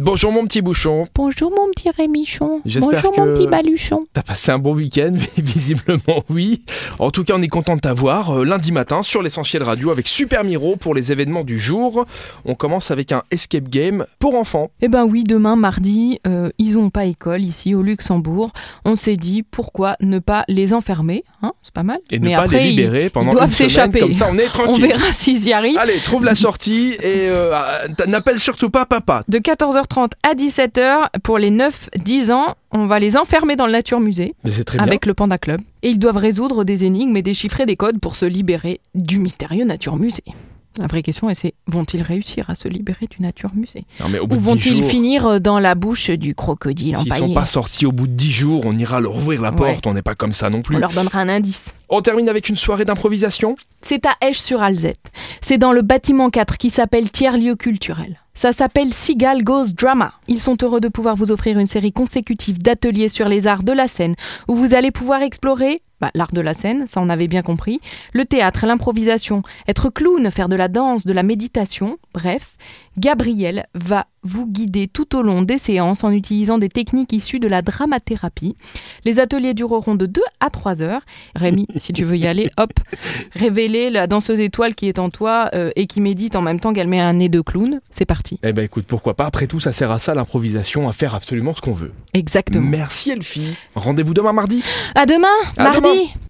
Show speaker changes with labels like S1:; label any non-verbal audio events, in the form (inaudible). S1: Bonjour mon petit bouchon,
S2: Bonjour mon petit Rémichon.
S1: J'espère
S2: Bonjour
S1: que-
S2: mon petit Baluchon.
S1: t'as passé un bon week-end, (laughs) mais visiblement oui. En tout cas, on est content de t'avoir euh, lundi matin sur l'essentiel radio avec Super Miro pour les événements du jour. On commence avec un escape game pour enfants.
S2: Eh ben oui, demain mardi, euh, ils ont pas école ici au Luxembourg. On s'est dit pourquoi ne pas les enfermer, hein, c'est pas mal.
S1: Et ne
S2: Mais
S1: pas
S2: après,
S1: les
S2: ils-
S1: libérer Ah. pendant
S2: doivent
S1: une semaine,
S2: s'échapper.
S1: comme ça on est tranquille.
S2: on verra (laughs) s'ils y arrivent.
S1: Allez, trouve la sortie et euh, ah, t- n'appelle surtout pas papa.
S2: De 14h30 à 17h, pour les 9-10 ans, on va les enfermer dans le Nature Musée
S1: Mais c'est très
S2: avec le Panda Club. Et ils doivent résoudre des énigmes et déchiffrer des codes pour se libérer du mystérieux Nature Musée. La vraie question est, c'est vont-ils réussir à se libérer du Nature Musée
S1: bien. Non, mais au bout
S2: Ou
S1: de dix
S2: vont-ils
S1: jours,
S2: finir euh, dans la bouche du crocodile
S1: S'ils
S2: empaillé
S1: sont pas sortis au bout de 10 jours, on ira leur ouvrir la
S2: Ouais.
S1: porte, on n'est pas comme ça non
S2: On
S1: plus.
S2: leur donnera un indice.
S1: On termine avec une soirée d'improvisation.
S2: C'est à Esch-sur-Alzette. C'est dans le bâtiment 4 qui s'appelle Tiers-lieu culturel. Ça s'appelle Seagal Goes Drama. Ils sont heureux de pouvoir vous offrir une série consécutive d'ateliers sur les arts de la scène, où vous allez pouvoir explorer bah, l'art de la scène, ça on avait bien compris, le théâtre, l'improvisation, être clown, faire de la danse, de la méditation, bref. Gabriel va vous guider tout au long des séances en utilisant des techniques issues de la dramathérapie. Les ateliers dureront de 2 à 3 heures. Rémi, si tu veux y aller, hop, révéler la danseuse étoile qui est en toi euh, et qui médite en même temps qu'elle met un nez de clown. C'est parti.
S1: Eh ben écoute, pourquoi pas Après tout, ça sert à ça l'improvisation, à faire absolument ce qu'on veut.
S2: Exactement.
S1: Merci Elfie. Rendez-vous demain mardi.
S2: À demain,
S1: Mm. À
S2: mardi.
S1: demain.